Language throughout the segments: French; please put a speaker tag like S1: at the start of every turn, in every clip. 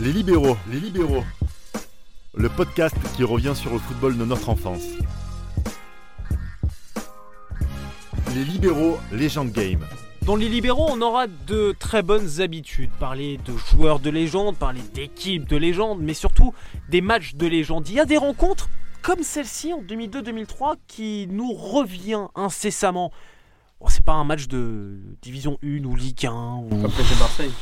S1: Les libéraux, les libéraux. Le podcast qui revient sur le football de notre enfance. Les libéraux, légende game.
S2: Dans les libéraux, on aura de très bonnes habitudes. Parler de joueurs de légende, parler d'équipes de légende, mais surtout des matchs de légende. Il y a des rencontres comme celle-ci en 2002-2003 qui nous revient incessamment. Bon, c'est pas un match de Division 1 ou Ligue 1. Ou...
S3: Après, c'est Marseille.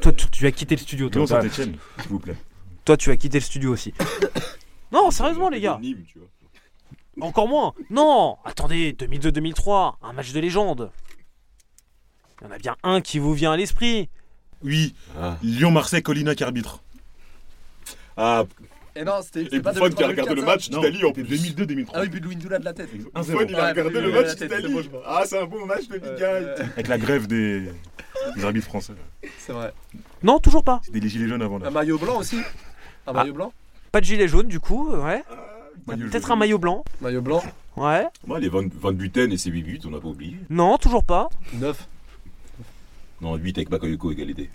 S2: Toi, tu, tu as quitté le studio. Toi,
S4: Lyon Saint-Etienne, s'il vous plaît.
S2: Toi, tu as quitté le studio aussi. non, sérieusement, les gars.
S4: Nîmes, tu vois.
S2: Encore moins Non Attendez, 2002-2003, un match de légende. Il y en a bien un qui vous vient à l'esprit.
S4: Oui,
S5: Ah.
S4: Lyon-Marseille, Colinac arbitre. Ah,
S3: Et non, c'était c'était
S4: et
S3: pas
S4: Buffon qui
S3: 2003,
S4: a regardé le
S3: 2004,
S4: match
S3: ça
S4: d'Italie en
S5: c'était
S4: plus.
S5: 2002-2003.
S3: Ah oui, but de Windoula de la tête.
S4: Un
S5: Buffon,
S4: zéro.
S5: il
S4: il a
S3: Ouais,
S4: regardé
S3: oui,
S4: le
S3: oui,
S4: match
S3: la tête,
S4: d'Italie.
S3: c'est bon, je vois.
S4: Ah, c'est un bon match de Ligue 1.
S3: Euh, euh,
S4: Avec la grève des, des arbitres français.
S3: c'est vrai.
S2: Non, toujours pas.
S4: C'était les gilets jaunes avant
S3: Un
S4: là.
S3: maillot blanc aussi. Un maillot blanc.
S2: Pas de gilet jaune, du coup, ouais.
S4: Maillot
S2: Peut-être
S4: jaune.
S2: un maillot blanc,
S3: Maillot blanc.
S2: ouais.
S5: Moi, les 20, 20 butaines et ses 8 buts, on n'a pas oublié.
S2: Non, toujours pas.
S3: 9.
S5: Non, 8 avec Bakayoko, égalité.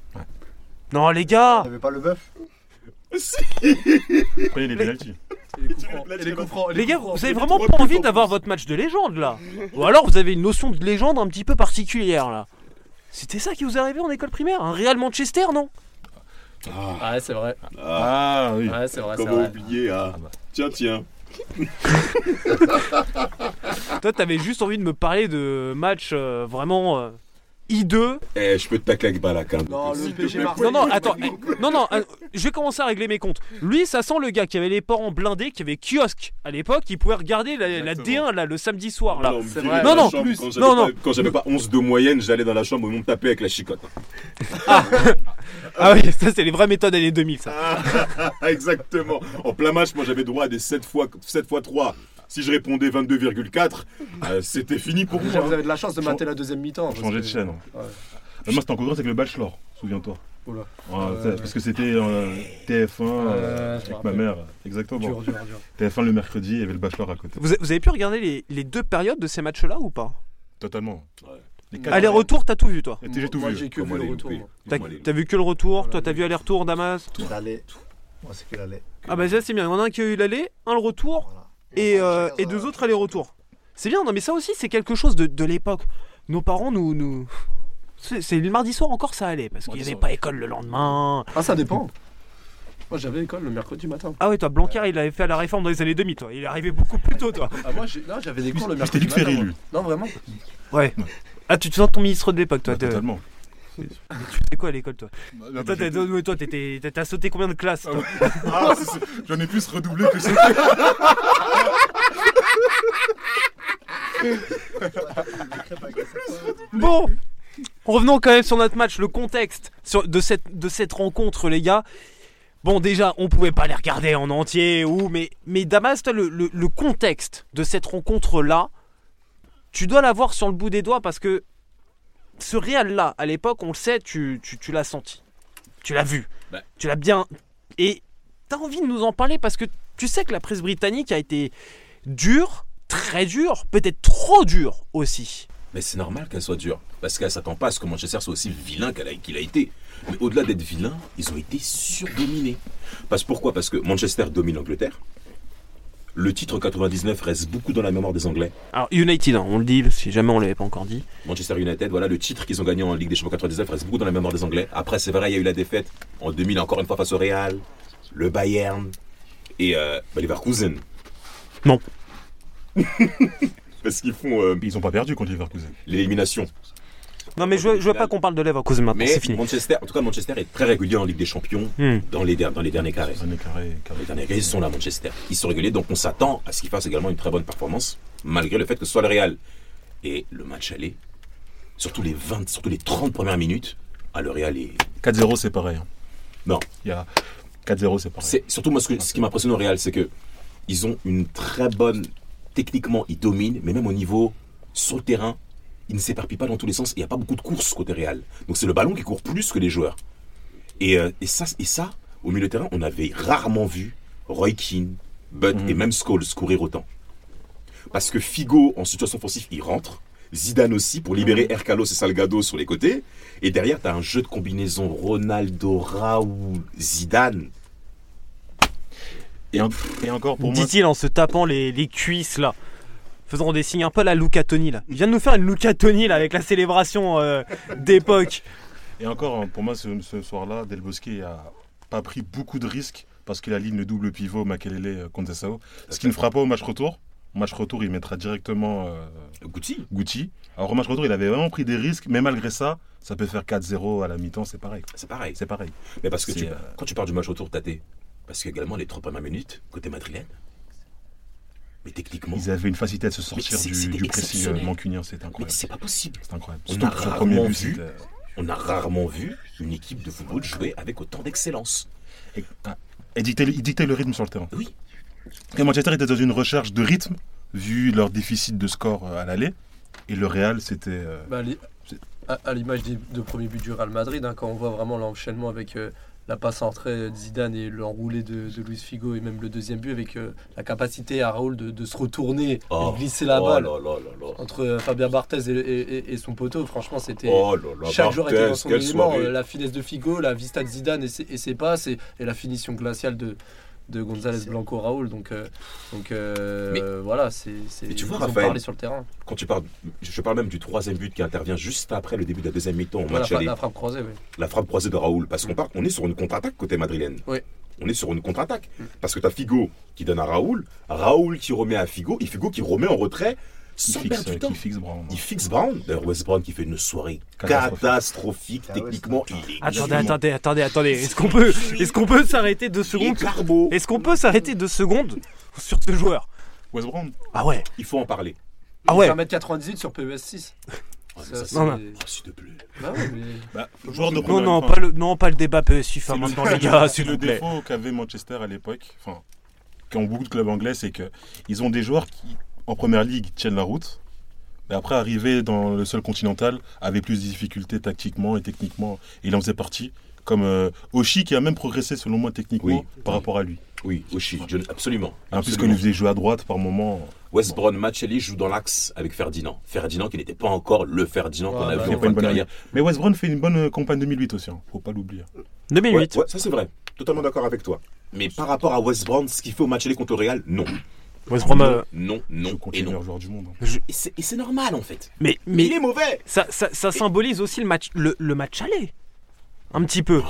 S2: Non, les gars
S6: T'avais pas le bœuf
S4: Prenez les pénaltys.
S3: Et les coups francs. Et les coups
S5: Ah,
S3: francs. et
S2: Les gars,
S3: coups francs.
S2: vous avez
S3: Et les
S2: vraiment
S3: coups
S2: pas
S3: francs.
S2: envie d'avoir votre match de légende, là. Ou alors, vous avez une notion de légende un petit peu particulière, là. C'était ça qui vous arrivait en école primaire Un Real Manchester, non
S5: Ah,
S3: Ouais, c'est vrai.
S5: ah,
S4: Ah oui.
S3: Ouais, c'est vrai. c'est
S5: comment
S3: vrai.
S5: oublier ah. Tiens, tiens.
S2: Toi, t'avais juste envie de me parler de matchs euh, vraiment euh, hideux.
S5: Eh, je peux te tacler avec Balak. hein,
S3: Non,
S5: donc,
S3: le
S5: s'il te
S3: PSG
S5: plaît.
S3: Marseille.
S2: Non, non, attends. Non, non, euh, je vais commencer à régler mes comptes. Lui, ça sent le gars qui avait les parents blindés, qui avait kiosque à l'époque, qui pouvait regarder la, la D1 là, le samedi soir. Là.
S5: Non,
S3: C'est
S5: me
S3: vrai.
S5: virer dans
S2: Non,
S5: la
S2: non,
S5: chambre,
S3: plus.
S5: Quand
S2: Non,
S5: j'avais pas- quand j'avais pas 11 de moyenne, j'allais dans la chambre et on me tapait avec la chicotte.
S2: Ah oui, ça, c'est les vraies méthodes années 2000, ça.
S5: Ah, exactement. En plein match, moi, j'avais droit à des 7 fois, 7 fois 3. Si je répondais 22,4, euh, c'était fini pour
S3: Déjà, Vous
S5: moi.
S3: avez de la chance de mater la deuxième mi-temps. parce
S4: Changer de
S3: que-
S4: chaîne. hein.
S3: Ouais.
S4: Moi, c'était en concurrence avec le Bachelor, souviens-toi.
S3: Oula.
S4: Ah,
S3: Ouais,
S4: t'sais,
S3: ouais.
S4: Parce que c'était euh, TF1 euh,
S3: Ouais, Ah, je me
S4: avec ma
S3: rappelle.
S4: mère. Exactement.
S3: Dur, dur, dur.
S4: TF1 le mercredi, il y avait le Bachelor à côté.
S2: Vous, a- vous avez pu regarder les, les deux périodes de ces matchs-là ou pas
S4: Totalement.
S5: Ouais.
S4: Les quatre-
S2: Aller-retour, t'as tout vu, toi
S4: Et J'ai tout
S3: Moi,
S4: vu.
S3: Ah, j'ai que
S5: Comment
S3: vu
S5: les
S3: le retour.
S5: louper.
S3: moi.
S2: T'as
S5: Comment les-
S2: t'as vu que le retour, toi,
S3: Voilà.
S2: t'as vu aller-retour, Damas
S6: L'aller. Moi, c'est que l'aller.
S2: Ah bah, ça, c'est bien. Il y en a un qui a eu l'aller, un le retour,
S6: Voilà.
S2: et,
S6: Moi,
S2: euh,
S6: chacun
S2: et
S6: sa-
S2: deux autres allers-retours. C'est bien, non mais ça aussi c'est quelque chose de, de l'époque. Nos parents nous... nous... C'est c'est le mardi soir encore ça allait, parce qu'il n'y
S3: Mardi
S2: avait
S3: soir,
S2: pas école le lendemain.
S3: Ah, ça dépend. Moi, j'avais école le mercredi matin.
S2: Ah ouais, toi Blanquer il avait fait la réforme dans les années 2000, toi. Il est arrivé beaucoup plus tôt, toi.
S3: Ah, moi, j'ai- non, j'avais des cours le
S4: J'étais
S3: mercredi
S4: Luc
S3: matin.
S4: Ferry,
S3: moi.
S4: lui.
S3: Non, vraiment.
S2: Ouais. Ah tu te sens ton ministre de l'époque, toi.
S4: Ouais,
S2: t'es-
S4: Totalement. bah,
S2: Tu sais quoi à l'école, toi
S3: Ah,
S2: Toi, t'as- toi, toi, t'étais- t'as t'as sauté combien de classes toi
S4: Ah, c'est- c'est- J'en ai plus redoublé que ça.
S2: Bon Revenons quand même sur notre match, le contexte sur- de, cette, de cette rencontre, les gars. Bon, déjà, on pouvait pas les regarder en entier, ou, mais, mais Damas, toi, le, le- le contexte de cette rencontre-là, tu dois l'avoir sur le bout des doigts parce que ce Real-là, à l'époque, on le sait, tu, tu- tu l'as senti. Tu l'as vu.
S5: Bah.
S2: Tu l'as bien. Et t'as envie de nous en parler parce que tu sais que la presse britannique a été dure, très dure, peut-être trop dure aussi.
S5: Mais c'est normal qu'elle soit dure. Parce qu'elle s'attend pas à ce que Manchester soit aussi vilain qu'elle a- qu'il a été. Mais au-delà d'être vilain, ils ont été surdominés. Parce pourquoi Parce que Manchester domine l'Angleterre. Le titre 99 reste beaucoup dans la mémoire des Anglais.
S2: Alors United, hein, on le dit, si jamais on l'avait pas encore dit.
S5: Manchester United, voilà le titre qu'ils ont gagné en Ligue des Champions 99 reste beaucoup dans la mémoire des Anglais. Après, c'est vrai, il y a eu la défaite en 2000 encore une fois face au Real, le Bayern et euh, bah, Leverkusen.
S2: Non.
S5: Parce qu'ils font euh,
S4: Ils ont pas perdu contre Leverkusen.
S5: l'élimination.
S2: Non mais je veux, je veux pas qu'on parle de Leverkusen maintenant,
S5: Mais
S2: Ah, c'est fini.
S5: Manchester, en tout cas, Manchester est très régulier en Ligue des Champions
S2: Hmm.
S5: dans, les der- dans les derniers carrés.
S4: Un écarté.
S5: Les derniers carrés, ils sont là, Manchester. Ils sont réguliers, donc on s'attend à ce qu'ils fassent également une très bonne performance, malgré le fait que ce soit le Real. Et le match aller, surtout les 20, surtout les 30 premières minutes, à le Real est
S4: 4-0, c'est pareil. hein.
S5: Non.
S4: Il y a 4-0, c'est pareil.
S5: C'est surtout moi ce, que- ce qui m'impressionne au Real, c'est que ils ont une très bonne techniquement, ils dominent, mais même au niveau sur le terrain, ils ne s'éparpillent pas dans tous les sens. Il n'y a pas beaucoup de courses côté Real, donc c'est le ballon qui court plus que les joueurs. Et, euh, et ça, et ça, au milieu de terrain, on avait rarement vu Roy Keane, Bud et même Scholes courir autant. Parce que Figo en situation offensive, il rentre. Zidane aussi pour libérer Ercalos et Salgado sur les côtés. Et derrière, tu as un jeu de combinaison Ronaldo, Raoul, Zidane.
S4: Et, en- et encore pour moi.
S2: Dit-il en se tapant les, les cuisses là. Faisant des signes un peu à la Luca Toni là. Il vient de nous faire une Luca Toni là avec la célébration euh, d'époque.
S4: Et encore, hein, pour moi, ce, ce soir-là, Del Bosque a pas pris beaucoup de risques parce qu'il aligne le double pivot Makelele euh, contre Sao. Ce qui ne fera pas au match retour. Au match retour, il mettra directement euh,
S5: Guti.
S4: Gucci. Alors au match retour, il avait vraiment pris des risques, mais malgré ça, ça peut faire 4-0 à la mi-temps, c'est pareil.
S5: C'est pareil.
S4: C'est pareil.
S5: Mais parce que
S4: C'est,
S5: tu-
S4: euh,
S5: quand tu parles du match retour, t'as tes- Parce que également, les trois premières minutes, côté madrilène. Mais techniquement,
S4: Ils avaient une facilité à se sortir
S5: c'est-
S4: du,
S5: c'était
S4: du pressing euh,
S5: exceptionnel.
S4: mancunien, c'est
S5: mais
S4: incroyable.
S5: c'est pas possible.
S4: C'est incroyable.
S5: On
S4: Surtout
S5: a
S4: que son premier
S5: rarement
S4: but,
S5: vu.
S4: c'était-
S5: On a rarement vu une équipe de football jouer avec autant d'excellence.
S4: Et, ah, et dicter, le- il dictait le rythme sur le terrain.
S5: Oui.
S4: Et Manchester était dans une recherche de rythme, vu leur déficit de score euh, à l'aller. Et le Real, c'était. euh,
S3: Bah, les- à, à l'image des deux premiers buts du Real Madrid, hein, quand on voit vraiment l'enchaînement avec euh, la passe entrée de Zidane et l'enroulé de, de Luis Figo et même le deuxième but avec euh, la capacité à Raoul de, de se retourner et
S5: Oh.
S3: de glisser la
S5: oh
S3: balle
S5: là là là là.
S3: entre euh, Fabien Barthez et, et- et- et son poteau. Franchement, c'était.
S5: Oh là là.
S3: Chaque joueur était dans
S5: Barthez,
S3: son
S5: quelle
S3: élément.
S5: soirée.
S3: euh, La finesse de Figo, la vista de Zidane et ses, et ses passes et, et la finition glaciale de, de González Blanco Raoul. Donc, euh, donc euh,
S5: Mais-
S3: voilà, c'est. c'est-
S5: Mais tu vois,
S3: ils ont
S5: Raphaël,
S3: parlé sur le terrain.
S5: Quand tu parles, je parle même du troisième but qui intervient juste après le début de la deuxième mi-temps au
S3: Voilà,
S5: match
S3: la,
S5: aller.
S3: la frappe croisée, oui.
S5: la frappe croisée de Raoul. Parce qu'on part, on est sur une contre-attaque côté madrilène.
S3: Oui.
S5: On est sur une contre-attaque. Parce que tu as Figo qui donne à Raoul, Raoul qui remet à Figo, et Figo qui remet en retrait
S4: qui
S5: sans
S4: fixe, euh,
S5: perdre du temps.
S4: qui fixe Brown. hein.
S5: Il fixe Brown. D'ailleurs, Wes Brown qui fait une soirée
S4: Catastrophique.
S5: catastrophique.
S6: Ah ouais,
S5: Techniquement, il est.
S2: Attendez,
S5: absolument-
S2: attendez, attendez, attendez. Est-ce qu'on peut, est-ce qu'on peut s'arrêter deux
S5: Il est
S2: secondes
S5: carbo.
S2: Est-ce qu'on peut s'arrêter deux secondes sur ce joueur
S4: Wes Brown.
S2: Ah ouais,
S5: Il faut en parler.
S2: ah ouais.
S3: 1m98 sur PES6.
S5: Oh, mais
S3: Ça,
S5: ça,
S3: c'est-
S5: c'est-
S2: non,
S5: Oh, s'il te plaît.
S3: Bah ouais, mais-
S4: Bah, joueur de
S2: Non,
S4: première
S2: non,
S4: mi-temps.
S2: pas le, non, pas le débat PSUF
S4: C'est le-
S2: maintenant, les gars,
S4: C'est
S2: s'il
S4: le
S2: vous plaît.
S4: défaut qu'avait Manchester à l'époque, enfin, qu'ont beaucoup de clubs anglais, c'est que ils ont des joueurs qui, en première ligue, tiennent la route, mais après, arriver dans le sol continental, avaient plus de difficultés tactiquement et techniquement, et il en faisait partie. Comme euh, Oshi, qui a même progressé, selon moi, techniquement,
S5: Oui.
S4: par rapport à lui.
S5: Oui, Oshie, John- absolument.
S4: En plus,
S5: absolument.
S4: qu'on nous faisait jouer à droite par moment,
S5: West Brom, Machelli joue dans l'axe avec Ferdinand. Ferdinand qui n'était pas encore le Ferdinand qu'on
S3: Ah,
S5: a
S3: bah
S5: vu
S3: non.
S5: en fin
S4: Une
S5: de
S4: bonne
S5: carrière.
S4: Mais West Brown fait une bonne euh, campagne 2008 aussi, hein, faut pas l'oublier.
S2: 2008.
S5: Ouais, ouais, ça c'est vrai. Totalement d'accord avec toi. Mais par rapport à West Brom, ce qu'il fait au match aller contre le Real, non.
S2: West Brom, euh,
S5: Non,
S4: Je
S5: non, et
S4: continue
S5: non.
S4: meilleur joueur du monde. hein.
S5: Et c'est et c'est normal en fait.
S2: Mais, mais
S5: Il est mauvais.
S2: ça, ça- ça symbolise aussi le match, le, le match aller. Un petit peu.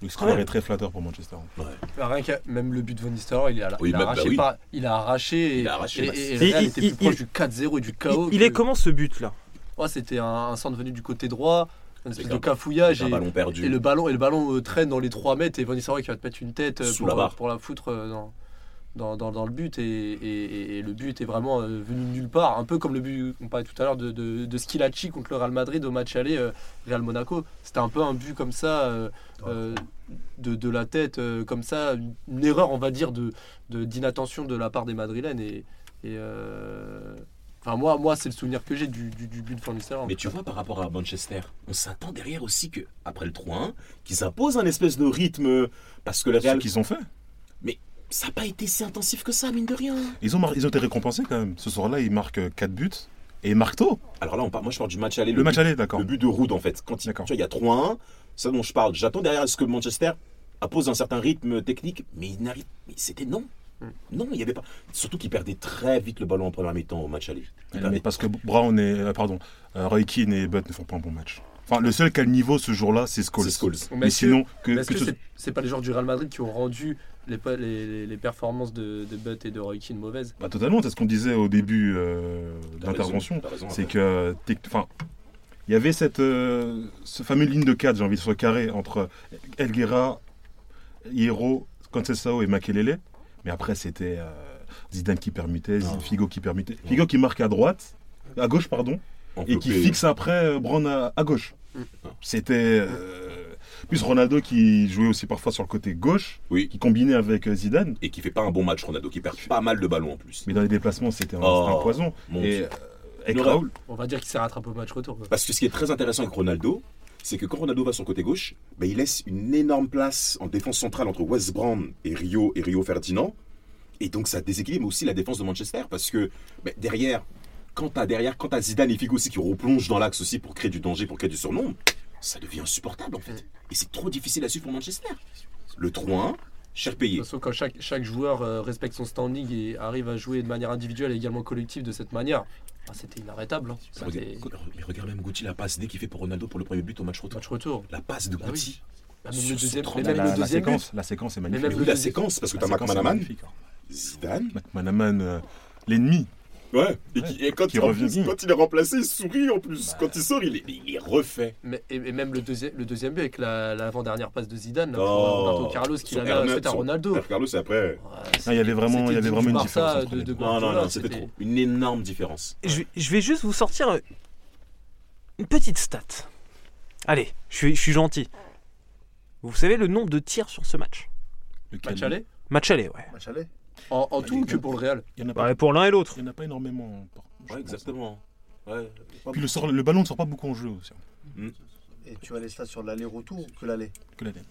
S4: Le score
S2: Ouais.
S4: est très flatteur pour Manchester. hein.
S3: Bah, rien qu'à- même le but de Von Nistelrooy, il, est à la-
S5: Oui,
S3: il a
S5: bah, bah
S3: arraché
S5: oui.
S3: pas- il a arraché.
S5: Il a arraché,
S3: Et,
S5: bah,
S3: et- et
S2: c'est-
S3: le Real
S2: Il-
S3: était
S2: il-
S3: plus proche
S2: il-
S3: du 4-0 et du KO.
S2: Il, il est
S3: que-
S2: comment ce but là
S3: Ouais, C'était un, un centre venu du côté droit, une espèce
S5: Avec
S3: de
S5: un-
S3: cafouillage.
S5: un
S3: Et,
S5: ballon perdu.
S3: et le ballon, et le ballon euh, traîne dans les 3 mètres. Et Von Nistelrooy qui va te mettre une tête euh,
S5: Sous
S3: pour,
S5: la barre.
S3: pour la foutre euh, dans, dans, dans- dans le but. Et, et- et- et le but est vraiment euh, venu de nulle part. Un peu comme le but qu'on parlait tout à l'heure de, de, de Schillaci contre le Real Madrid au match aller euh, Real Monaco. C'était un peu un but comme ça. euh, euh, de, de la tête euh, comme ça, une, une erreur, on va dire, de de- d'inattention de, la part des Madrilènes. Et, et, euh, enfin, moi, moi c'est le souvenir que j'ai du, du, du but de Van Nistelrooy.
S5: Mais tu vois, par rapport à Manchester, on s'attend derrière aussi que, après le 3-1, qu'ils imposent un espèce de rythme. euh, Parce que le
S4: Ce
S5: Real,
S4: qu'ils ont fait,
S5: ça n'a pas été si intensif que ça, mine de rien.
S4: ils ont, mar- ils ont été récompensés quand même. Ce soir-là, ils marquent 4 buts et ils marquent tôt.
S5: Alors là, on parle- moi je parle du match aller.
S4: Le, match
S5: but-
S4: aller, d'accord.
S5: Le but de Rood, en fait. Quand il, tu
S4: D'accord.
S5: vois, il y a 3-1, ça dont je parle. J'attends derrière ce que Manchester impose un certain rythme technique, mais il n'arrive. mais C'était non.
S4: Hmm.
S3: Mm.
S5: Non, il n'y avait pas. Surtout qu'il perdait très vite le ballon en première mi-temps au match aller. Il
S4: Mais
S5: perdait-
S4: parce que Brown et euh, pardon, euh, Roy Keane et Butt ne font pas un bon match. Enfin, le seul qui a le niveau ce jour-là, c'est Scholes.
S5: C'est Scholes.
S4: Mais sinon, que,
S3: Mais est-ce
S4: que
S3: que
S4: ce-
S3: c'est c'est pas les joueurs du Real Madrid qui ont rendu les, pa- les, les- les performances de, de Butt et de Roy Keane mauvaises
S4: bah, totalement, c'est ce qu'on disait au début euh, de
S5: T'as raison,
S4: l'intervention.
S5: t'as raison,
S4: C'est
S5: Raphaël.
S4: que, euh, tec- enfin, il y avait cette, euh, ce fameux ligne de 4, j'ai envie de dire, carré entre Elguera, Hierro, Concesao et Makelele. Mais après, c'était euh, Zidane qui permutait,
S5: Non.
S4: Figo qui permutait. Figo qui marque à droite, à gauche, pardon. et qui
S5: Enveloppé.
S4: fixe après euh, Brown à, à gauche.
S5: Mm.
S4: C'était euh, plus Ronaldo qui jouait aussi parfois sur le côté gauche,
S5: Oui.
S4: qui combinait avec euh, Zidane,
S5: Et qui fait pas un bon match, Ronaldo, qui perd pas mal de ballons en plus.
S4: mais dans les déplacements c'était un,
S5: Oh,
S4: c'était un poison.
S5: mon
S4: Et
S5: Dieu.
S4: euh, avec
S5: Non,
S4: Raoul,
S3: On va dire qu'il s'est rattrapé au match retour.
S4: Bah,
S3: quoi.
S5: Parce que ce qui est très intéressant avec Ronaldo, c'est que quand Ronaldo va sur le côté gauche, ben, il laisse une énorme place en défense centrale entre West Brom et Rio et Rio Ferdinand. Et donc ça déséquilibre aussi la défense de Manchester parce que ben, derrière, quand t'as derrière, quand t'as Zidane et Figo aussi qui replongent dans l'axe aussi pour créer du danger, pour créer du surnom, ça devient insupportable en fait. Et c'est trop difficile à suivre pour Manchester. Le 3-1, cher
S3: De
S5: payé.
S3: toute façon, quand chaque, chaque joueur euh, respecte son standing et arrive à jouer de manière individuelle et également collective de cette manière, ah, c'était inarrêtable. hein. Ça,
S4: Bah,
S5: Regarde,
S3: c'est-
S5: mais regarde même Gucci, la passe D qu'il fait pour Ronaldo pour le premier but au match retour.
S3: match retour.
S5: La passe de
S3: Bah oui.
S5: Gucci.
S3: Bah, même
S5: Sur
S3: le
S5: ce
S3: deuxième, mais
S5: 30,
S3: même
S4: La,
S3: le
S4: la
S3: deuxième but.
S4: séquence, la séquence est magnifique.
S3: Mais
S5: Mais
S3: même
S5: oui,
S3: le
S5: la
S3: deuxième-
S5: séquence, parce que
S4: La
S5: t'as
S4: séquence est
S5: McManaman,
S4: magnifique, hein.
S5: Zidane.
S4: McManaman, euh, l'ennemi.
S5: Ouais, et, qui- Bah. et quand,
S4: Qui
S5: il, en
S4: revient.
S5: plus, quand il est remplacé, il sourit en plus. Quand il sort, il est, il est refait.
S3: Mais- et, et même le, deuxième le deuxième but avec la- l'avant-dernière passe de Zidane, là, pour,
S5: Oh.
S3: euh, Roberto Carlos qui
S5: Son
S3: l'avait
S5: Hernan-
S3: fait à
S5: son-
S3: Ronaldo.
S5: Frère Carlos, c'est après.
S2: Ah,
S3: Ouais,
S4: Non, il y avait vraiment, il y
S3: c'était
S4: avait
S3: du
S4: vraiment une
S3: Barça
S4: différence. entre
S3: de-
S4: les
S3: de
S4: deux.
S5: Non, non,
S3: Guardiola,
S5: non, c'était
S3: c'était-
S5: trop. Une énorme différence.
S2: Je, je vais juste vous sortir euh, une petite stat. Allez, je suis, je suis gentil. Vous savez le nombre de tirs sur ce match
S4: Lequel-
S3: Match aller
S2: Match aller, ouais.
S6: Machalet
S3: En, en
S4: Bah,
S3: tout
S4: il-
S3: que pour le Real.
S4: Il n'y en, a pas-
S2: Bah, pour l'un et l'autre.
S4: il y en a pas énormément. hein, par- je
S5: Ouais,
S4: pense.
S5: exactement. Ouais.
S4: Puis le, sort- le ballon ne sort pas beaucoup en jeu aussi. hein,
S5: Hmm.
S6: Et tu as les stats sur l'aller-retour que l'aller
S4: que la laine.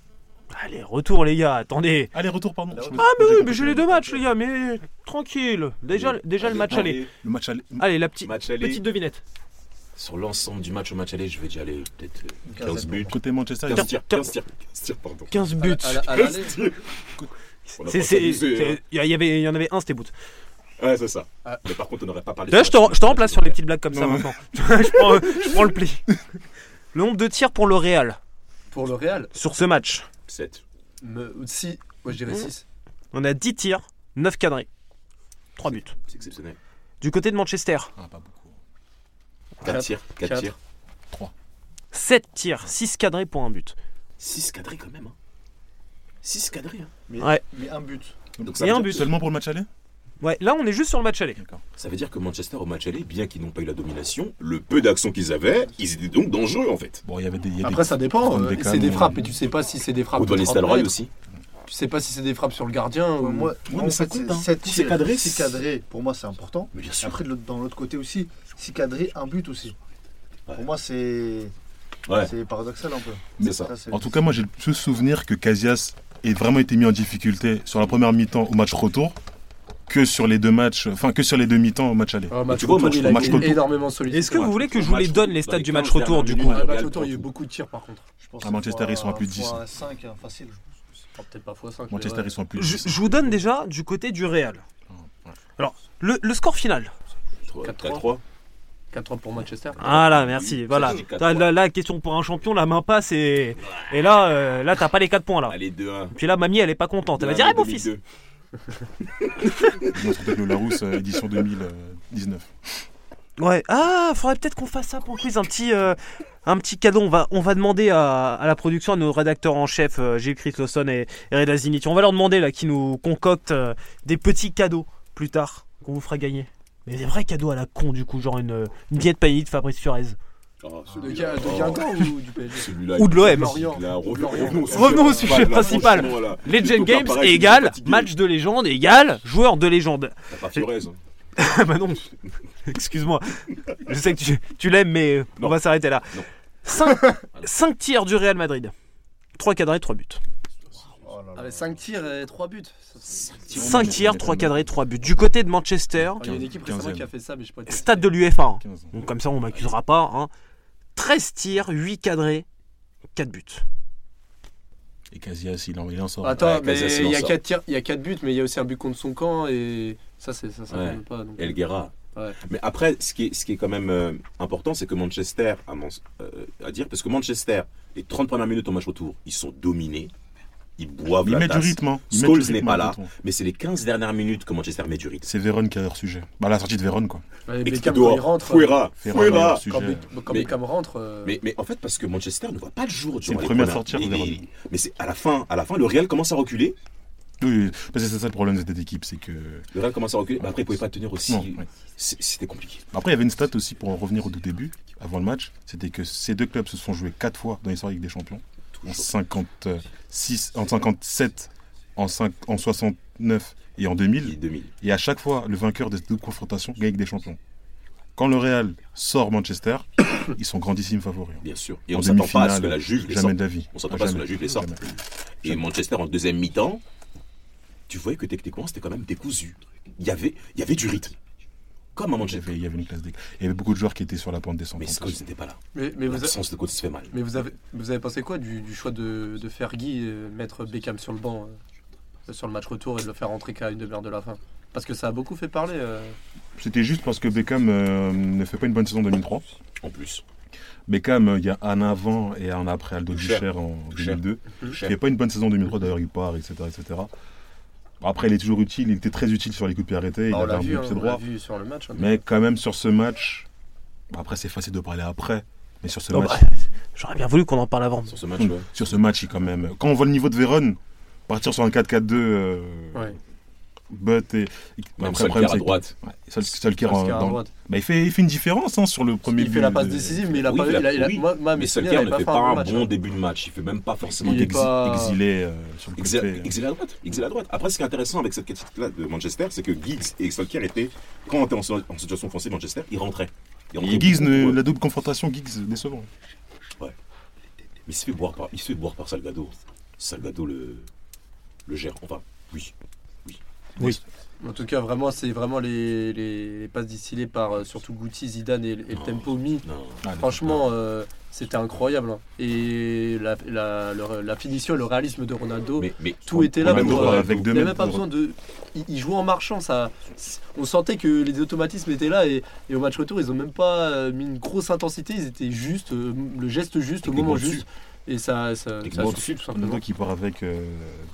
S2: Allez, retour les gars, attendez.
S4: Allez, retour, pardon.
S6: Ah,
S4: Je-
S6: mais
S4: j'ai
S2: Oui,
S4: compris.
S2: mais j'ai les deux matchs les gars, mais tranquille. Déjà, déjà le match aller.
S4: Le match aller.
S2: Allez, la petite,
S5: Match aller.
S2: petite devinette.
S5: Sur l'ensemble du match au match aller, je vais déjà aller peut-être euh, 15 buts.
S4: Côté Manchester, ils ont-
S5: 15 tirs, 15 tirs, 15 tirs, pardon.
S2: 15
S3: À la-
S2: buts.
S3: à la- à l'aller-
S5: 15 tirs. On a
S2: C'est-
S5: pas
S2: c'est-
S5: s'amuser, hein.
S2: c'est- Il y, a- il y avait- il y en avait un, c'était boot.
S5: Ouais, c'est ça.
S3: Ah.
S5: Mais par contre, on n'aurait pas parlé.
S2: D'ailleurs, je
S5: de-
S2: te re- je te remplace sur les petites blagues comme ça
S4: Non.
S2: maintenant. je, prends, je prends le pli. Le nombre de tirs pour le Real
S3: Pour le Real,
S2: sur ce match.
S5: 7.
S3: me- si, moi je dirais
S2: Mm.
S3: 6.
S2: On a 10 tirs, 9 cadrés. 3 buts.
S5: C'est exceptionnel.
S2: Du côté de Manchester,
S4: Ah, pas beaucoup.
S5: 4
S3: Quatre.
S5: tirs, 4
S3: Quatre.
S5: tirs.
S2: 7 tirs, 6 cadrés pour un but.
S5: 6 cadrés quand même. 6 cadrés. hein.
S6: mais,
S2: Ouais.
S6: mais un but.
S5: Donc
S2: Et
S5: veut
S2: un
S5: dire-
S2: but.
S4: Seulement pour le match aller
S2: Ouais, là on est juste sur le match aller.
S4: D'accord.
S5: Ça veut dire que Manchester au match aller, bien qu'ils n'ont pas eu la domination, le peu d'action qu'ils avaient, ils étaient donc dangereux en fait.
S4: Bon, il y avait des. il y a
S3: Après
S4: des-
S3: ça dépend,
S4: Van
S3: euh,
S4: Beckham,
S3: c'est des
S4: on-
S3: frappes, mais tu sais pas si c'est des frappes
S5: Ou
S3: de
S5: Van
S3: 30
S5: Nistelrooy
S3: mètres,
S5: aussi.
S3: tu sais pas si c'est des frappes sur le gardien ou... euh,
S6: Enfin, moi, moi, en
S5: mais ça
S6: fait,
S5: compte,
S6: c'est
S5: hein.
S6: sept
S5: Tout c'est
S6: tirs,
S5: cadré,
S6: six
S5: c'est-
S6: cadrés, pour moi, c'est important.
S5: Mais bien
S6: Et
S5: sûr.
S6: Après, de l'autre- dans l'autre côté aussi, si cadré, un but aussi.
S5: Ouais.
S6: Pour moi, c'est
S5: Ouais.
S6: c'est paradoxal un peu.
S5: C'est ça.
S6: c'est-
S4: En tout cas, moi, j'ai le souvenir que Casillas ait vraiment été mis en difficulté sur la première mi-temps au match retour que sur les deux matchs, enfin que sur les deux mi-temps au match aller.
S3: Ah, match
S5: Tu vois,
S3: retour,
S5: match-
S3: il a
S4: match
S3: été
S4: retour.
S3: énormément solide.
S2: Est-ce que vous voulez que je vous les donne les stats du match retour du
S3: Ah,
S2: coup
S5: Ouais,
S3: match
S5: Real
S3: retour, il y a eu
S5: prend
S3: beaucoup de tirs par contre.
S6: Je pense
S4: À
S6: que
S4: Manchester,
S6: fois-
S4: ils sont à plus de 10.
S6: fois 5, hein, facile.
S3: Enfin, Peut-être pas x5.
S4: Manchester, ils sont à plus. de
S2: je,
S4: 10.
S2: je vous donne déjà du côté du Real.
S4: Ouais.
S2: Alors, le, le score final.
S3: 4-3.
S5: 4-3.
S3: 4-3 pour Manchester.
S2: Ah là, merci. Voilà.
S5: J'ai dit quatre
S2: Là,
S5: points.
S2: là, là, question pour un champion, la main passe et, et là, euh, là, t'as pas les 4 points là.
S5: Allez, 2-1.
S2: Puis là, mamie, elle est pas contente. Elle va dire, eh mon fils.
S5: 2002.
S4: Ils ont sorti le Larousse euh, édition 2019.
S2: Ouais. Ah, faudrait peut-être qu'on fasse ça pour le quiz. Un petit, euh, un petit cadeau. On va, on va demander à, à la production, à nos rédacteurs en chef, euh, Gilles Chris Lawson et, et Reda Ziniti. On va leur demander là qui nous concoctent euh, des petits cadeaux plus tard qu'on vous fera gagner. Mais des vrais cadeaux à la con du coup, genre une, une diète paillée de Fabrice Furez.
S5: Oh,
S3: De,
S5: celui-là.
S3: de
S5: Oh,
S3: Guingamp ou du PSG
S5: celui-là,
S2: Ou de l'OM.
S3: Lorient.
S5: Là, revenons,
S3: Lorient.
S5: revenons au sujet
S2: Revenons au sujet
S5: là,
S2: principal.
S5: franchement, là,
S2: Legend
S5: Plutôt
S2: Games
S5: qu'un pareil, je suis
S2: égale
S5: fatigué.
S2: match de légende égale joueur de légende.
S5: T'as pas Fiorez, hein.
S2: Ah bah non, excuse-moi. Je sais que tu, tu l'aimes, mais euh, on
S5: Non.
S2: va s'arrêter là.
S5: Non.
S2: 5, tirs du Real Madrid. 3 cadrés, 3 buts.
S6: Oh là là.
S3: Ah, 5 tirs et 3 buts. Ça, c'est-
S4: Tirons
S2: 5
S4: les-
S2: tirs,
S4: les-
S2: 3 cadrés, 3 buts. Du côté de Manchester,
S3: Alors, Il y a une équipe récemment
S4: Quinzaine.
S3: qui a fait ça, mais je sais pas.
S2: stade de l'UFA. hein.
S4: 15.
S2: Donc comme ça, on m'accusera pas. hein. 13 tirs, 8 cadrés, 4 buts.
S4: Et Casillas, il en il en sort.
S3: Attends,
S5: Ouais,
S3: mais
S5: Casas, il en
S3: il y a
S5: sort.
S3: 4 tirs, il y a 4 buts, mais il y a aussi un but contre son camp et ça, c'est ça, ça
S5: Ouais.
S3: compte pas. donc.
S5: El Guerra.
S3: Ouais.
S5: Mais après, ce qui est, ce qui est quand même euh, important, c'est que Manchester, à, mon- euh, à dire, parce que Manchester, les 30 premières minutes au match retour, ils sont dominés. Ils boivent
S4: Il
S5: la
S4: met du
S5: tasse.
S4: rythme. hein. Il met
S5: Scholes
S4: du rythme,
S5: n'est pas
S4: hein,
S5: là.
S4: quand on-
S5: Mais c'est les 15 dernières minutes que Manchester met du rythme.
S4: C'est Véron qui a leur sujet. Bah, la sortie de Véron, quoi.
S3: Ouais,
S5: Et
S3: Beckham, quand
S5: dehors,
S3: il rentre. euh,
S5: Fuera,
S4: Ferran
S5: Fuera.
S4: dans leur
S3: Quand,
S4: sujet.
S3: Be- quand
S5: Mais-
S3: Beckham rentre. euh,
S5: Mais, mais en fait, parce que Manchester ne voit pas le jour durant
S4: le
S5: les
S4: premier à
S5: premières-
S4: sortir,
S5: les-
S4: Véron.
S5: les- Mais c'est à la fin, à la fin, le Real commence à reculer.
S4: Oui, oui, parce que c'est ça le problème de cette équipe, c'est que.
S5: Le Real commence à reculer. Bah, après, il pouvait pas tenir aussi.
S4: Non, ouais.
S5: C'est- C'était compliqué.
S4: Après, il y avait une stat aussi pour en revenir au tout début, avant le match, c'était que ces deux clubs se sont joués quatre fois dans l'histoire de Ligue des Champions, en 56, en 57, en, 5, en 69 et en 2000.
S5: Il 2000.
S4: Et à chaque fois, le vainqueur des deux confrontations gagne avec des champions. Quand le Real sort Manchester, ils sont grandissimes favoris.
S5: Bien sûr. Et on
S4: En
S5: ne s'attend pas à
S4: demi-finale,
S5: ce que la Juve les
S4: Jamais
S5: sorte.
S4: de la vie.
S5: On s'attend pas à ce que la
S4: Jamais.
S5: Juve les sorte.
S4: Jamais.
S5: Et Manchester en deuxième mi-temps, tu voyais que techniquement c'était quand même décousu. Il y avait, il y avait du rythme. Comme à
S4: Il y
S5: Manchester.
S4: avait- il y avait une classe des- Il y avait beaucoup de joueurs qui étaient sur la pente descendante.
S5: Mais Scholes n'était pas là.
S3: Mais, mais, vous, a-
S5: L'absence de Scholes fait mal.
S3: mais vous, avez, vous avez pensé quoi du, du choix de, de Fergie euh, mettre Beckham sur le banc euh, sur le match retour et de le faire rentrer qu'à une demi-heure de la fin Parce que ça a beaucoup fait parler. euh.
S4: C'était juste parce que Beckham euh, ne fait pas une bonne saison en 2003.
S5: En plus.
S4: Beckham, euh, il y a un avant et un après Aldo
S5: Cher.
S4: Ducher en
S5: Cher.
S4: 2002. Il
S5: Cher.
S4: fait pas une bonne saison en 2003, d'ailleurs il part, etc., etc. Après, il est toujours utile, il était très utile sur les coups de pied arrêtés, il
S5: Bah,
S3: Ah, on
S4: avait
S3: l'a
S4: un
S3: vu,
S4: bon
S3: hein,
S4: pied
S3: on l'a
S4: droit.
S3: vu sur le match. hein.
S4: Mais quand même, sur ce match, bah, après c'est facile de parler après, mais sur ce
S2: Non,
S4: match,
S2: bah, J'aurais bien voulu qu'on en parle avant.
S5: Sur ce match,
S4: Mm.
S5: ouais.
S4: sur ce match, il quand même. Quand on voit le niveau de Véron, partir sur un 4-4-2, euh,
S3: Ouais.
S4: but et.
S5: Même
S4: après, le
S5: Solskjaer
S4: problème,
S5: à
S4: c'est-
S5: droite.
S4: Ouais, Sol- Solskjaer
S3: Parce
S4: en-
S3: qu'à
S4: dans-
S3: droite,
S4: Bah, il, fait, il fait une différence hein, sur le premier
S3: il fait la
S4: but
S3: passe
S4: de-
S3: décisive, mais il a
S5: Oui,
S3: pas
S5: il
S3: eu.
S5: a-
S3: il a- il a-
S5: oui.
S3: moi- moi,
S5: Mais
S3: mes souvenirs,
S5: Solskjaer
S3: il
S5: ne
S3: avait
S5: fait
S3: un
S5: pas
S3: bon
S5: un
S3: match,
S5: bon
S3: hein.
S5: début de match. Il fait même pas forcément
S3: Il est
S5: d'exi-
S3: pas-
S4: exilé euh, sur le côté.
S5: Exil exil à droite. Exil à droite. Après, ce qui est intéressant avec cette critique-là de Manchester, c'est que Giggs et Solskjaer étaient, quand on était en, en situation offensive de Manchester, ils rentraient. Ils rentraient
S4: Et Giggs,
S5: beaucoup,
S4: ne-
S5: ouais.
S4: la double confrontation Giggs, décevant.
S5: Mais il se fait boire par, il se fait boire par Salgado. Salgado le, le gère. Enfin, oui.
S3: En tout cas, vraiment, c'est vraiment les, les- les passes distillées par euh, surtout Guti, Zidane et, et le
S5: Oh.
S3: tempo mis.
S5: Non.
S3: Franchement, euh, c'était incroyable. hein. Et la, la- le- la finition, le réalisme de Ronaldo,
S5: Mais, mais
S3: tout était là
S4: Ronaldo,
S3: pour. euh,
S4: euh, avec deux
S3: il n'y avait même
S4: mètres
S3: pas
S4: de-
S3: besoin de. Il, il jouait en marchant, ça. On sentait que les automatismes étaient là et, et au match retour, ils ont même pas euh, mis une grosse intensité. Ils étaient juste, euh, le geste juste, au
S5: Techniquement
S3: moment
S5: dessus.
S3: juste. Et ça, ça, ça
S5: Techniquement
S3: suffit tout
S4: Ronaldo
S3: simplement.
S4: qui part avec euh,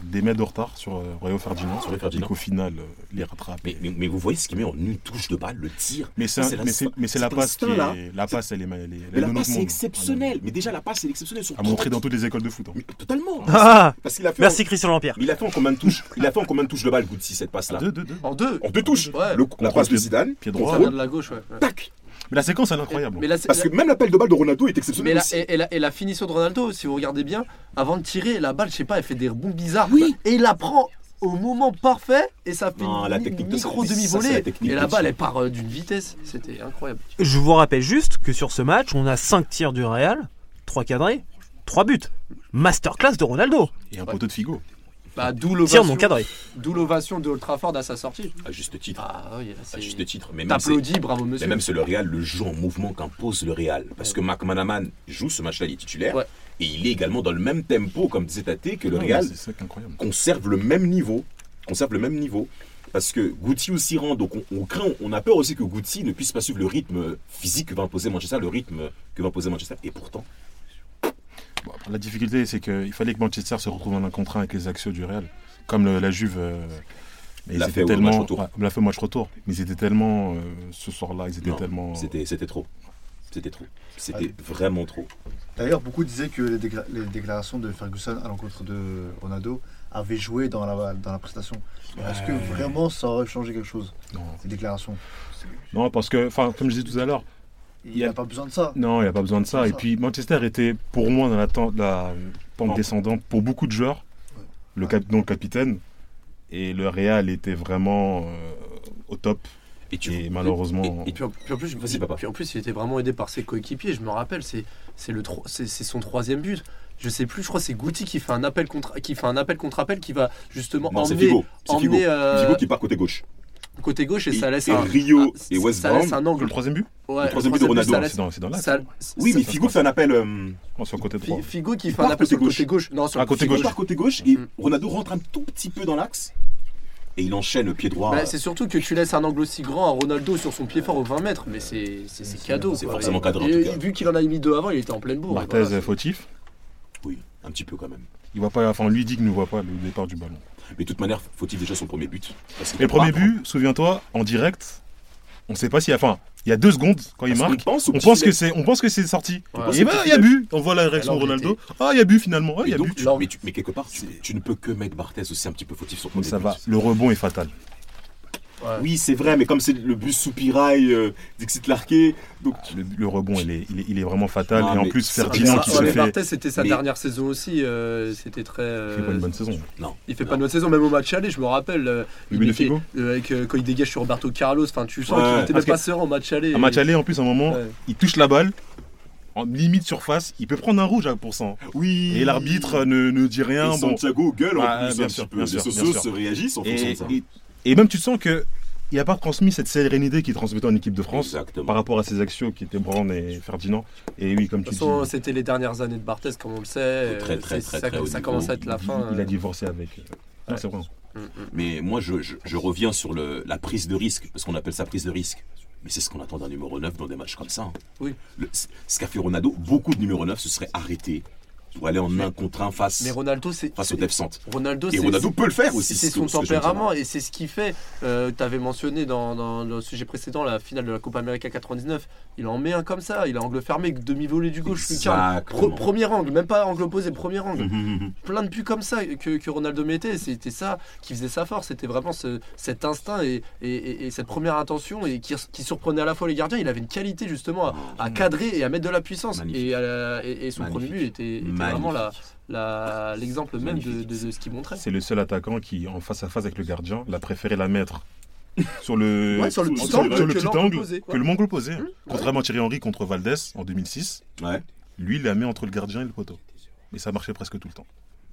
S4: des mètres de retard sur euh, Rio Ferdinand,
S5: Sur Rio
S4: et
S5: Ferdinand.
S4: qu'au final, euh, il les rattrape.
S5: Mais, mais- mais vous voyez ce qu'il met en une touche de balle, le tir.
S4: Mais c'est un-
S5: C'est la-
S4: mais c'est mais c'est la
S5: c'est
S4: passe qui
S5: instinct,
S4: est, la passe elle est mal- elle est- elle
S5: Mais la
S4: donne au
S5: passe
S4: monde.
S5: est exceptionnelle. Mais déjà, la passe est exceptionnelle. Sur
S4: À montrer
S5: 30.
S4: dans toutes les écoles de foot. hein.
S5: Mais Totalement.
S2: Ah
S5: Parce qu'il a fait.
S2: Merci Christian Lampierre.
S5: En, il a fait en combien de touches Il a fait en combien de touches de balle, Gucci, cette passe-là
S4: Deux, deux, deux.
S3: En deux
S5: En deux touches.
S3: Ouais.
S5: Le- la
S4: Contre
S5: passe de
S4: le-
S5: Zidane.
S4: pied
S5: contre
S4: droit.
S3: Ça
S5: Raoul,
S3: vient de la gauche, ouais. ouais.
S5: Tac.
S4: Mais la séquence elle est incroyable. hein.
S3: Mais là, c'est-
S5: Parce que même l'appel de balle de Ronaldo est
S3: Mais
S5: exceptionnel.
S3: la,
S5: aussi.
S3: et, et la, et la finition de Ronaldo, si vous regardez bien, avant de tirer, la balle, je sais pas, elle fait des rebonds bizarres.
S5: Oui.
S3: Et il la prend au moment parfait et ça fait
S5: Non,
S3: une
S5: la
S3: mi-
S5: technique de
S3: micro
S5: service, ça, c'est la
S3: demi-volée.
S5: technique
S3: Et
S5: de
S3: la balle,
S5: tir.
S3: elle part euh, d'une vitesse. C'était incroyable.
S2: Je vous rappelle juste que sur ce match, on a 5 tirs du Real, 3 cadrés, 3 buts. Masterclass de Ronaldo.
S4: Et un poteau de Figo.
S3: Bah, d'où
S2: Tirs
S3: l'ovation,
S2: non cadrés.
S3: d'où l'ovation de Old Trafford à sa sortie.
S5: À juste titre.
S3: Ah oui, là,
S5: À
S3: c'est...
S5: Bah, juste titre. Mais même, c'est-
S3: T'applaudis, bravo
S5: mais
S3: monsieur.
S5: même c'est le Real, le jeu en mouvement qu'impose le Real. Parce que Marc Manaman joue ce match-là, il est titulaire.
S3: Ouais.
S5: Et il est également dans le même tempo, comme disait Tate, que le
S4: Ouais,
S5: Real
S4: C'est ça qui est incroyable.
S5: conserve le même niveau. Conserve le même niveau. Parce que Guti aussi rend, donc on, on craint, on a peur aussi que Guti ne puisse pas suivre le rythme physique que va imposer Manchester, le rythme que va imposer Manchester. Et pourtant,
S4: Bon, après, la difficulté, c'est qu'il fallait que Manchester se retrouve en un contre un avec les axios du Real, comme le- la Juve. euh, mais ils
S5: L'a
S4: étaient
S5: fait au
S4: tellement,
S5: match retour.
S4: ouais, l'a fait au match retour. Mais ils étaient tellement, euh, ce soir-là, ils étaient
S5: Non,
S4: tellement.
S5: c'était c'était trop. C'était trop. C'était
S3: Ah.
S5: vraiment trop.
S6: D'ailleurs, beaucoup disaient que les, décla- les déclarations de Ferguson à l'encontre de Ronaldo avaient joué dans la, dans la prestation. Est-ce que vraiment ça aurait changé quelque chose,
S4: Non.
S6: les déclarations
S4: Non, parce que, enfin, comme je disais tout à l'heure,
S6: Il
S4: Il y
S6: n'y
S4: a-
S6: a pas besoin de ça.
S4: non, il n'y a pas besoin de ça.
S6: C'est
S4: Et
S6: ça.
S4: puis Manchester était pour moi dans la, ten- la pente
S5: Pente.
S4: descendante pour beaucoup de joueurs,
S6: Ouais.
S4: le cap, dont le capitaine. Et le Real était vraiment euh, au top.
S5: Et tu
S4: Et malheureusement.
S5: et- et-
S3: Puis en, puis en plus,
S5: Vas-y, papa.
S3: puis en plus, il était vraiment aidé par ses coéquipiers. Je me rappelle, c'est c'est le tro- c'est c'est son troisième but. Je sais plus, je crois que c'est Guti qui fait un appel contre qui fait un appel contre appel qui va justement
S5: Non, c'est
S3: emmener
S5: Figo. C'est Figo.
S3: emmener, euh,
S5: Figo qui part côté gauche.
S3: côté gauche et, ça laisse
S5: et
S3: un
S5: Rio
S3: ah,
S5: et West
S3: ça laisse
S5: Brom.
S3: un
S4: Le
S3: angle.
S4: troisième but
S3: Ouais,
S5: le troisième but de
S3: troisième
S5: Ronaldo,
S3: ça
S4: C'est
S3: laisse-
S4: dans, c'est dans l'axe,
S3: ça-
S5: Oui,
S3: ça-
S5: mais Figo fait un appel. euh,
S4: non, sur le côté droit.
S3: Fi- Figo qui fait
S5: part
S3: un appel
S5: côté
S3: sur le
S5: gauche.
S3: côté gauche. Non, sur
S4: Ah,
S3: le
S4: côté
S5: Figo
S4: gauche.
S5: part côté gauche et
S3: Mm.
S5: Ronaldo rentre un tout petit peu dans l'axe et il enchaîne le pied droit.
S3: Bah, c'est surtout que tu laisses un angle aussi grand à Ronaldo sur son pied fort aux 20 mètres, mais c'est c'est- c'est cadeau.
S5: c'est
S3: quoi.
S5: forcément cadré, en
S3: Et-
S5: tout cas.
S3: Vu qu'il en a mis deux avant, il était en pleine bourre.
S4: Barthez
S3: voilà.
S4: fautif.
S5: Oui, un petit peu quand même.
S4: Il voit pas, enfin, lui dit qu'il ne voit pas le départ du ballon.
S5: Mais de toute manière, faut-il déjà son premier but Parce qu'il
S4: Et le
S5: peut
S4: premier
S5: pas
S4: but, souviens-toi, en direct, on sait pas si. Enfin, il y a deux secondes quand il
S5: prendre.
S4: marque.
S5: Parce qu'on pense au
S4: On
S5: petit
S4: pense,
S5: filet.
S4: que c'est, on pense que c'est sorti.
S3: Ouais.
S4: Et ben, il y a but. On voit la réaction de
S3: Alors,
S4: Ronaldo. Ah, il y a but finalement. Ah, il
S5: Mais
S4: y a
S5: donc,
S4: but.
S5: tu-
S3: L'angle.
S5: mais, tu- mais quelque part, tu, tu ne peux que mettre Barthez aussi un petit peu fautif sur le
S4: Mais
S5: premier
S4: ça
S5: but.
S4: va. Le rebond est fatal. euh,
S3: Ouais.
S5: Oui, c'est vrai, mais comme c'est le but soupirail euh, d'Ixit Larquet, donc
S4: Le, le rebond, il est, il est, il est vraiment fatal.
S5: Ah,
S4: et en
S5: mais
S4: plus,
S5: c'est-
S4: Ferdinand
S5: mais
S4: qui
S5: ça-
S4: se
S3: Ouais,
S4: fait.
S3: Barthez, c'était sa
S5: Mais-
S3: dernière saison aussi. euh, c'était très.
S4: il
S3: euh,
S4: fait pas une bonne saison.
S3: Il fait pas de bonne saison, même au match aller, je me rappelle. euh,
S4: Le
S3: il
S4: but de
S3: était-
S4: Figo
S3: euh, avec, euh, quand il dégage sur Roberto Carlos, enfin tu sens
S5: Ouais,
S3: qu'il était
S4: parce
S3: même
S4: que-
S3: pas serein en match aller.
S4: Un match aller, en plus, à un moment,
S3: Ouais.
S4: il touche la balle. En limite surface, il peut prendre un rouge à pour cent.
S5: oui.
S4: Et l'arbitre ne, ne dit
S5: Et
S4: rien. bon.
S5: Santiago gueule
S4: Ah,
S5: en plus
S4: bien
S5: un
S4: sûr,
S5: petit
S4: bien
S5: peu. Les
S4: sûr, bien
S5: socios
S4: sûr.
S5: se réagissent en fonction
S4: Et,
S5: de ça.
S4: et- et même tu sens que il n'a pas transmis cette sérénité qu'il transmettait en équipe de France par
S5: Exactement.
S4: rapport à ses axios qui étaient Brown et Ferdinand. Et oui, comme
S3: De
S4: tu
S3: toute
S4: dis,
S3: façon, c'était les dernières années de Barthez, comme on le sait.
S5: Très,
S3: euh,
S5: très,
S3: c'est-
S5: très,
S3: ça,
S5: très haut
S3: ça
S5: niveau.
S3: commence à être la
S4: il-
S3: fin.
S4: il
S3: euh.
S4: a divorcé avec. Non, c'est vrai.
S3: Mm, mm.
S5: Mais moi, je, je- je reviens sur le, la prise de risque, parce qu'on appelle ça prise de risque. Mais c'est ce qu'on attend d'un numéro 9 dans des matchs comme ça. hein.
S3: Oui.
S5: Le- c- ce qu'a fait Ronaldo, beaucoup de numéro 9 se seraient arrêtés pour aller en un contre un face,
S3: Mais Ronaldo, c'est.
S5: face au absente.
S3: Ronaldo, c'est-
S5: Et Ronaldo peut le faire
S3: c'est
S5: aussi.
S3: c'est
S5: ce que-
S3: son
S5: ce que je veux dire.
S3: tempérament et c'est ce qui fait. euh, tu avais mentionné dans, dans le sujet précédent la finale de la Coupe América 99. Il en met un comme ça, il a angle fermé, demi-volée du gauche, Lucas. Pro-
S5: Exactement.
S3: premier angle, même pas angle opposé, premier angle.
S5: Mhm, mhm.
S3: plein de buts comme ça que, que Ronaldo mettait. C'était ça qui faisait sa force. C'était vraiment ce- cet instinct et, et- et- et cette première intention et qui, qui surprenait à la fois les gardiens. Il avait une qualité justement à, à cadrer et à mettre de la puissance.
S5: Magnifique.
S3: Et, à la- et- et son
S5: Magnifique.
S3: premier but était, était
S5: Magnifique.
S3: vraiment la- la- l'exemple même de,
S5: Magnifique.
S3: de- de ce qu'il montrait.
S4: C'est le seul attaquant qui, en face à face avec le gardien, l'a préféré la mettre sur le,
S3: Ouais, sur le petit angle
S4: sur
S3: que
S4: le petit
S3: l'angle
S4: angle
S3: opposé,
S4: que
S3: ouais.
S4: le manque opposé. Contrairement à Thierry Henry contre Valdés en 2006,
S5: Ouais.
S4: lui, il la met entre le gardien et le poteau. Et ça marchait presque tout le temps.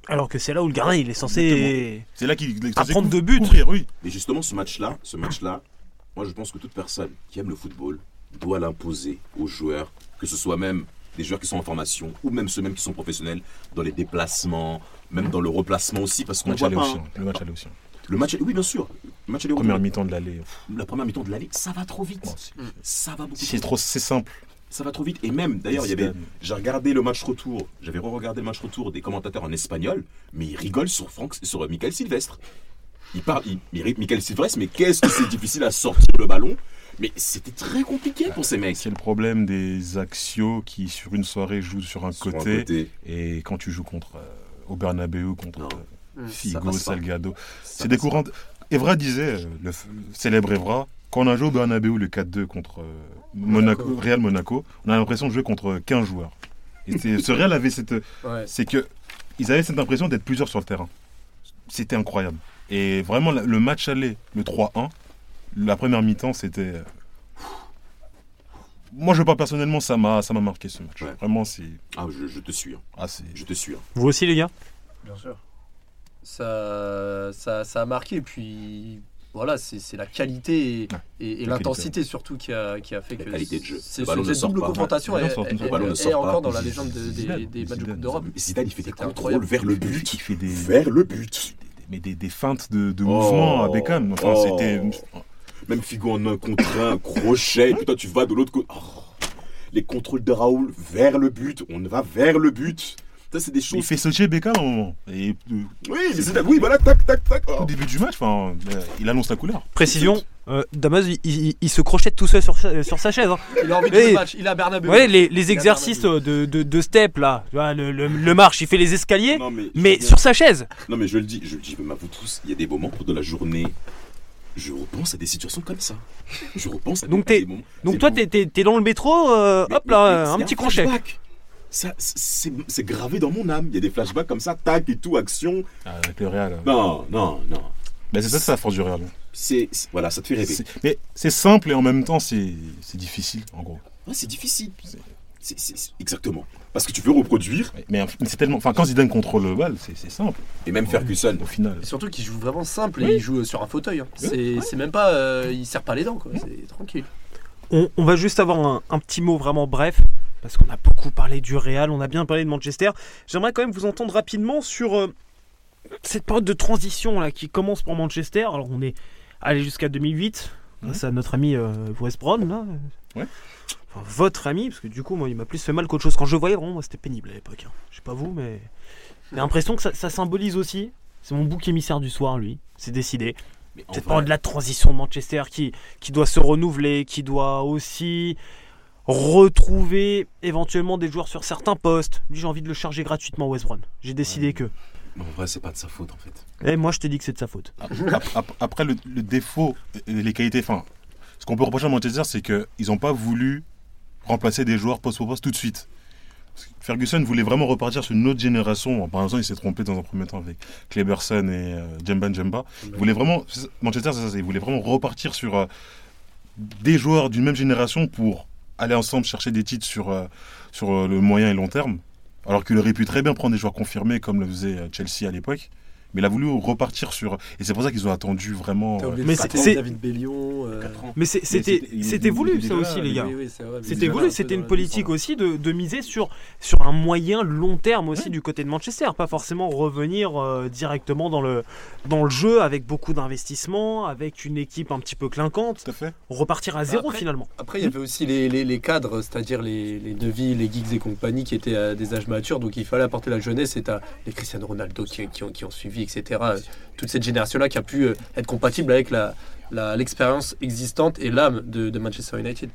S2: Alors que c'est là où le gardien il est censé
S4: C'est là qu'il il
S2: à
S4: faisait
S2: prendre deux buts.
S4: courir, oui.
S5: Mais justement, ce match-là, ce match-là, moi je pense que toute personne qui aime le football doit l'imposer aux joueurs, que ce soit même des joueurs qui sont en formation ou même ceux même qui sont professionnels, dans les déplacements, même dans le replacement aussi, parce
S4: Le
S5: qu'on
S4: match
S5: voit
S4: allait
S5: pas.
S4: aussi.
S5: hein.
S4: hein. Le match allait aussi. hein.
S5: Le match, oui bien sûr, le match aller
S4: Première mi-temps de l'allée. pff,
S5: la première mi-temps de l'année, ça va trop vite,
S4: non, c'est-
S5: ça va beaucoup,
S4: C'est trop, c'est simple.
S5: ça va trop vite. Et même d'ailleurs, il y avait, j'ai regardé le match retour, j'avais re-regardé le match retour des commentateurs en espagnol, mais ils rigolent sur Franck, sur Michael Silvestre. Il parle, il, il- Michael Silvestre, mais qu'est-ce que c'est difficile à sortir le ballon. Mais c'était très compliqué pour ces mecs.
S4: C'est le problème des axios qui, sur une soirée, jouent sur un,
S5: Sur un
S4: côté, Et quand tu joues contre euh, au Bernabeu, contre
S5: Non.
S4: euh,
S3: Mm.
S5: Ça
S4: Figo,
S5: passe pas.
S4: Salgado,
S5: ça
S4: c'est des
S5: passe pas.
S4: courants. Evra disait, euh, le, f- le célèbre Evra, quand on a joué au Bernabeu le 4-2 contre euh, Monaco,
S3: Monaco.
S4: Real Monaco, on a l'impression de jouer contre 15 joueurs. Et c'est- ce Real avait cette,
S3: Ouais.
S4: c'est que ils avaient cette impression d'être plusieurs sur le terrain. C'était incroyable. Et vraiment, la- le match aller, le 3-1, la première mi-temps, c'était. euh, Moi, je parle personnellement, ça m'a, ça m'a marqué ce match.
S5: Ouais.
S4: Vraiment, c'est,
S5: Ah, je, je te suis, hein.
S4: ah, c'est-
S5: je te suis. hein.
S2: Vous aussi les gars
S6: Bien sûr.
S3: Ça, ça, ça a marqué. Et puis voilà, c'est c'est la qualité et, et-
S4: Ouais,
S3: et
S4: la qualité,
S3: l'intensité surtout qui a, qui a fait
S5: La
S3: que
S5: qualité de jeu.
S3: c'est
S5: Le ballon ne
S3: cette
S5: sort
S3: double
S5: pas.
S3: confrontation
S4: Le
S3: est,
S4: ballon sort-
S3: est-
S5: le ballon ne
S3: est
S5: sort pas.
S3: encore dans la légende de- des, des
S4: Zidane,
S3: matchs de
S4: Zidane,
S3: Coupe d'Europe.
S5: Zidane, il fait des
S3: C'était
S5: contrôles
S3: incroyable.
S5: vers le
S4: Il
S5: but.
S4: fait- il fait des-
S5: Vers le but.
S4: mais des, des feintes de, de
S5: Oh.
S4: mouvement à Beckham. Enfin,
S5: Oh.
S4: c'était.
S5: Même Figo en un contre un, crochet, et puis toi tu vas de l'autre côté. Oh. les contrôles de Raoul vers le but, on va vers le but. Ça, c'est des
S4: Il
S5: choses.
S4: fait sauter Beckham à un moment. Et euh,
S5: Oui, mais Zidane, oui, voilà, tac, tac, tac.
S4: au
S5: Oh.
S4: début du match, enfin, euh, il annonce la couleur.
S2: Précision, euh, Damas il, il- il se crochette tout seul sur, sa- sur sa chaise. hein.
S3: Il a envie de
S2: Et-
S3: jouer le match, il a Bernabeu.
S2: Vous voyez les, les exercices euh, de, de, de step là, Tu vois, le, le- le marche, il fait les escaliers,
S5: Non, mais,
S2: mais
S5: je-
S2: sur sa chaise.
S5: non, mais je le dis, je le dis même à vous tous, il y a des moments pour de la journée. Je repense à des situations comme ça. Je repense à, des-
S2: Donc
S5: à des,
S2: t'es-
S5: moments.
S2: Donc
S5: C'est
S2: toi
S5: beau.
S2: t'es- t'es t'es dans le métro, euh,
S5: Mais-
S2: hop là,
S5: mais-
S2: un
S5: mais
S2: petit
S5: c'est
S2: crochet.
S5: flashback. Ça, c'est c'est gravé dans mon âme. Il y a des flashbacks comme ça, tac et tout, action.
S4: Ah, Avec le Real.
S5: Non, non, non.
S4: Bah, c'est ça, c'est la force du Real.
S5: C'est c'est- voilà, ça te fait rêver.
S4: C'est- Mais c'est simple et en même temps, c'est c'est difficile, en gros.
S5: Ouais, c'est difficile. C'est- c'est- c'est- exactement. Parce que tu veux reproduire
S4: Mais, mais c'est tellement. Enfin, quand Zidane contrôle le bal, c'est c'est simple,
S5: et même Ferguson.
S4: au final.
S3: Et surtout qu'il joue vraiment simple et il joue sur un fauteuil. hein. C'est c'est même pas. euh, il serre pas les dents, quoi. C'est tranquille.
S2: On, on va juste avoir un, un petit mot vraiment bref, parce qu'on a beaucoup parlé du Real, on a bien parlé de Manchester. J'aimerais quand même vous entendre rapidement sur euh, cette période de transition là qui commence pour Manchester. Alors on est allé jusqu'à 2008,
S4: Mhm.
S2: grâce à notre ami euh, Wes Brown là.
S4: Ouais.
S2: Enfin, votre ami, parce que du coup moi il m'a plus fait mal qu'autre chose. Quand je le voyais vraiment, moi c'était pénible à l'époque. hein. Je sais pas vous, mais j'ai l'impression que ça, ça symbolise aussi. C'est mon bouc émissaire du soir lui, c'est décidé
S5: Mais en
S2: cette
S5: vrai,
S2: période de la transition de Manchester qui, qui doit se renouveler, qui doit aussi retrouver éventuellement des joueurs sur certains postes. Lui, j'ai envie de le charger gratuitement, West Brom. J'ai décidé que.
S5: en vrai, c'est pas de sa faute en fait.
S2: Et moi, je te dis que c'est de sa faute.
S5: Ah.
S4: Ap- ap- Après, le, le défaut, euh, les qualités. Enfin, ce qu'on peut reprocher à Manchester, c'est qu'ils n'ont pas voulu remplacer des joueurs poste pour poste tout de suite. Parce que Ferguson voulait vraiment repartir sur une autre génération. Bon, Par exemple, il s'est trompé dans un premier temps avec Kleberson et euh, Jemba Jemba. Il voulait vraiment, c'est ça- Manchester, c'est ça, c'est- il voulait vraiment repartir sur euh, des joueurs d'une même génération pour aller ensemble chercher des titres sur, euh, sur euh, le moyen et long terme. Alors qu'il aurait pu très bien prendre des joueurs confirmés comme le faisait euh, Chelsea à l'époque Mais il a voulu repartir sur. Et c'est pour ça qu'ils ont attendu vraiment.
S3: T'as
S4: euh,
S3: oublié
S2: Mais
S3: mais
S2: c'est-
S3: c'est
S2: c'est-
S3: David Bellion. euh,
S5: Quatre ans.
S2: Mais c'est- c'était
S4: c'était- il-
S2: c'était
S4: il-
S2: voulu,
S4: il est
S2: ça
S4: là,
S2: aussi, les
S4: oui,
S2: gars.
S3: oui, oui, c'est vrai, mais
S2: C'était
S3: ils sont
S2: voulu,
S3: un peu
S2: c'était
S3: dans
S2: une
S3: la
S2: politique
S3: descente.
S2: aussi de, de miser sur, sur un moyen long terme aussi du côté de Manchester, pas forcément revenir euh, directement dans le, dans le jeu avec beaucoup d'investissements, avec une équipe un petit peu clinquante,
S4: Tout à fait.
S2: repartir à zéro
S3: Après-
S2: finalement.
S3: Après, il y avait aussi les, les- les cadres, c'est-à-dire les, les devis, les geeks et compagnie qui étaient à des âges matures, donc il fallait apporter la jeunesse et t'as les Cristiano Ronaldo qui, qui ont, qui ont suivi, etc. Toute cette génération-là qui a pu euh, être compatible avec la- la- l'expérience existante et l'âme de, de Manchester United.